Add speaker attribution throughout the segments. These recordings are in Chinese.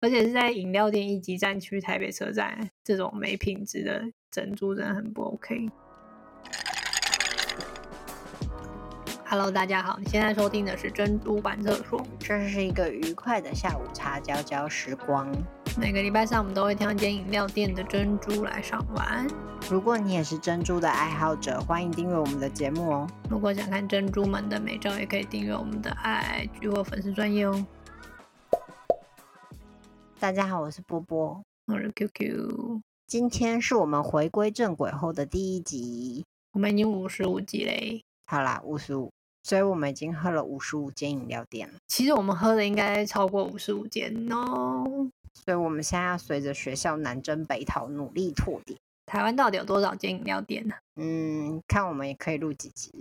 Speaker 1: 而且是在饮料店一级站去台北车站，这种没品质的珍珠真的很不 OK。Hello，大家好，你现在收听的是珍珠版厕所。
Speaker 2: 这是一个愉快的下午茶交交时光。
Speaker 1: 每个礼拜三我们都会挑一间饮料店的珍珠来上完。
Speaker 2: 如果你也是珍珠的爱好者，欢迎订阅我们的节目哦。
Speaker 1: 如果想看珍珠们的美照，也可以订阅我们的 IG 或粉丝专业哦。
Speaker 2: 大家好，我是波波，
Speaker 1: 我是 QQ，
Speaker 2: 今天是我们回归正轨后的第一集。
Speaker 1: 我们已经五十五集嘞。
Speaker 2: 好啦，五十五，所以我们已经喝了五十五间饮料店了。
Speaker 1: 其实我们喝的应该超过五十五间哦。
Speaker 2: 所以我们现在要随着学校南征北讨，努力拓点。
Speaker 1: 台湾到底有多少间饮料店啊呢、
Speaker 2: 嗯，看我们也可以录几集。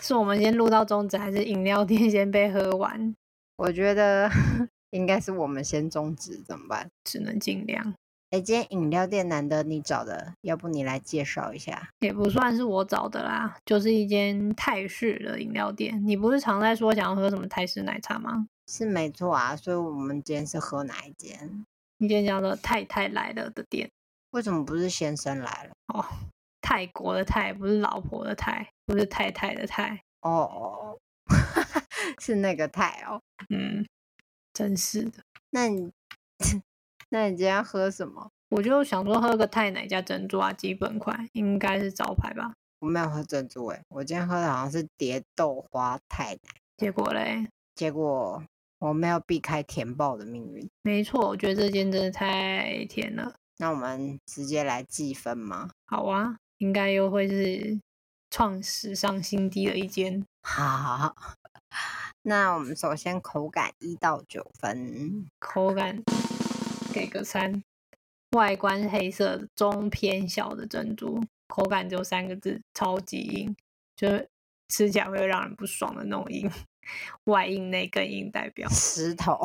Speaker 1: 是我们先录到终止，还是饮料店先被喝完？
Speaker 2: 我觉得 应该是我们先终止，怎么办？
Speaker 1: 只能尽量，
Speaker 2: 哎、今天饮料店难得你找的，要不你来介绍一下？
Speaker 1: 也不算是我找的啦，就是一间泰式的饮料店。你不是常在说想要喝什么泰式奶茶吗？
Speaker 2: 是没错啊，所以我们今天是喝哪一间？
Speaker 1: 你今天讲的太太来了的店，哦
Speaker 2: 为什么不是先生来了？
Speaker 1: 泰国的泰不是老婆的泰，不是太太的太，
Speaker 2: 哦哦， 哦是那个泰哦。
Speaker 1: 嗯，真是的。
Speaker 2: 那你 那你今天要喝什么？
Speaker 1: 我就想说喝个泰奶加珍珠啊，基本款应该是招牌吧。
Speaker 2: 我没有喝珍珠诶，我今天喝的好像是蝶豆花泰奶，
Speaker 1: 结果嘞，
Speaker 2: 结果我没有避开甜爆的命运。
Speaker 1: 没错，我觉得这间真的太甜了。
Speaker 2: 那我们直接来计分吗？
Speaker 1: 好啊，应该又会是创史上新低的一间。
Speaker 2: 好好好， 那我们首先口感一到九分，
Speaker 1: 口感给个三，外观黑色的中偏小的珍珠，口感只有三个字，超级硬，就是吃起来会让人不爽的那种硬， 外硬内更硬代表。
Speaker 2: 石头。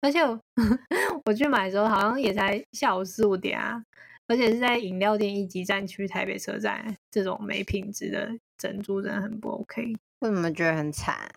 Speaker 1: 而且我 我去买的时候好像也才下午四五点啊，而且是在饮料店一级站去台北车站，这种没品质的珍珠真的很不 OK。
Speaker 2: 为什么觉得很惨啊？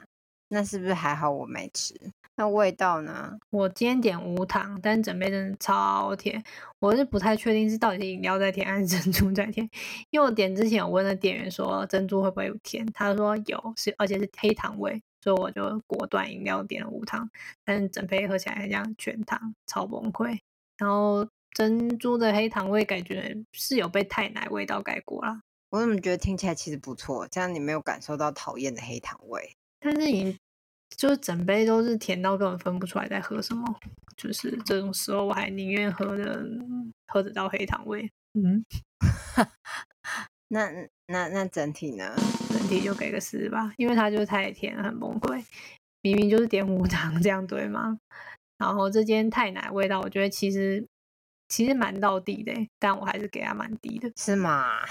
Speaker 2: 那是不是还好我没吃？那味道呢？
Speaker 1: 我今天点无糖，但是整杯真的超甜。我是不太确定是到底是饮料在甜还是珍珠在甜，因为我点之前我问了店员说珍珠会不会有甜，他说有，是而且是黑糖味，所以我就果断饮料点了无糖，但是整杯喝起来很像全糖，超崩溃。然后珍珠的黑糖味感觉是有被太奶味道盖过啦，
Speaker 2: 我怎么觉得听起来其实不错？这样你没有感受到讨厌的黑糖味。
Speaker 1: 但是你就是整杯都是甜到根本分不出来在喝什么，就是这种时候我还宁愿喝的喝得到黑糖味，嗯，
Speaker 2: 那那那整体呢？
Speaker 1: 整体就给个四吧，因为它就是太甜了，很崩溃。明明就是点无糖 这样对吗？然后这间太奶味道，我觉得其实其实蛮到底的欸，但我还是给它蛮低的，
Speaker 2: 是吗？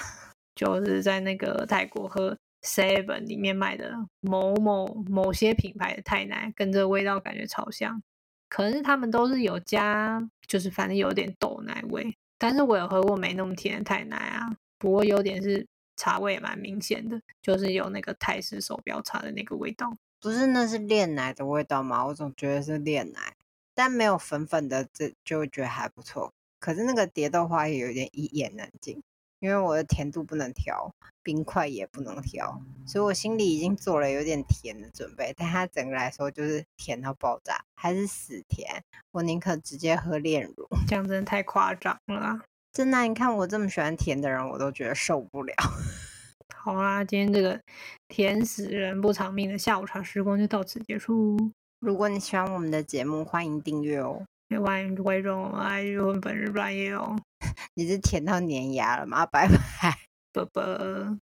Speaker 1: 就是在那个泰国喝 Seven 里面卖的某某某些品牌的泰奶，跟这个味道感觉超像。可能是他们都是有加，就是反正有点豆奶味。但是我有喝过没那么甜的泰奶啊，不过优点是茶味也蛮明显的，就是有那个泰式手表茶的那个味道。
Speaker 2: 不是，那是炼奶的味道吗？我总觉得是炼奶，但没有粉粉的，这就觉得还不错。可是那个蝶豆花也有点一言难尽，因为我的甜度不能调，冰块也不能调，所以我心里已经做了有点甜的准备，但它整个来说就是甜到爆炸，还是死甜。我宁可直接喝炼乳。
Speaker 1: 这样真的太夸张了啊！
Speaker 2: 真的啊、你看我这么喜欢甜的人，我都觉得受不了。
Speaker 1: 好啦，今天这个甜死人不偿命的下午茶时光就到此结束。
Speaker 2: 如果你喜欢我们的节目，欢迎订阅哦。
Speaker 1: 也欢迎追踪我们 IG 和本日专业哦，
Speaker 2: 你是甜到粘牙了吗？拜拜。
Speaker 1: 拜拜。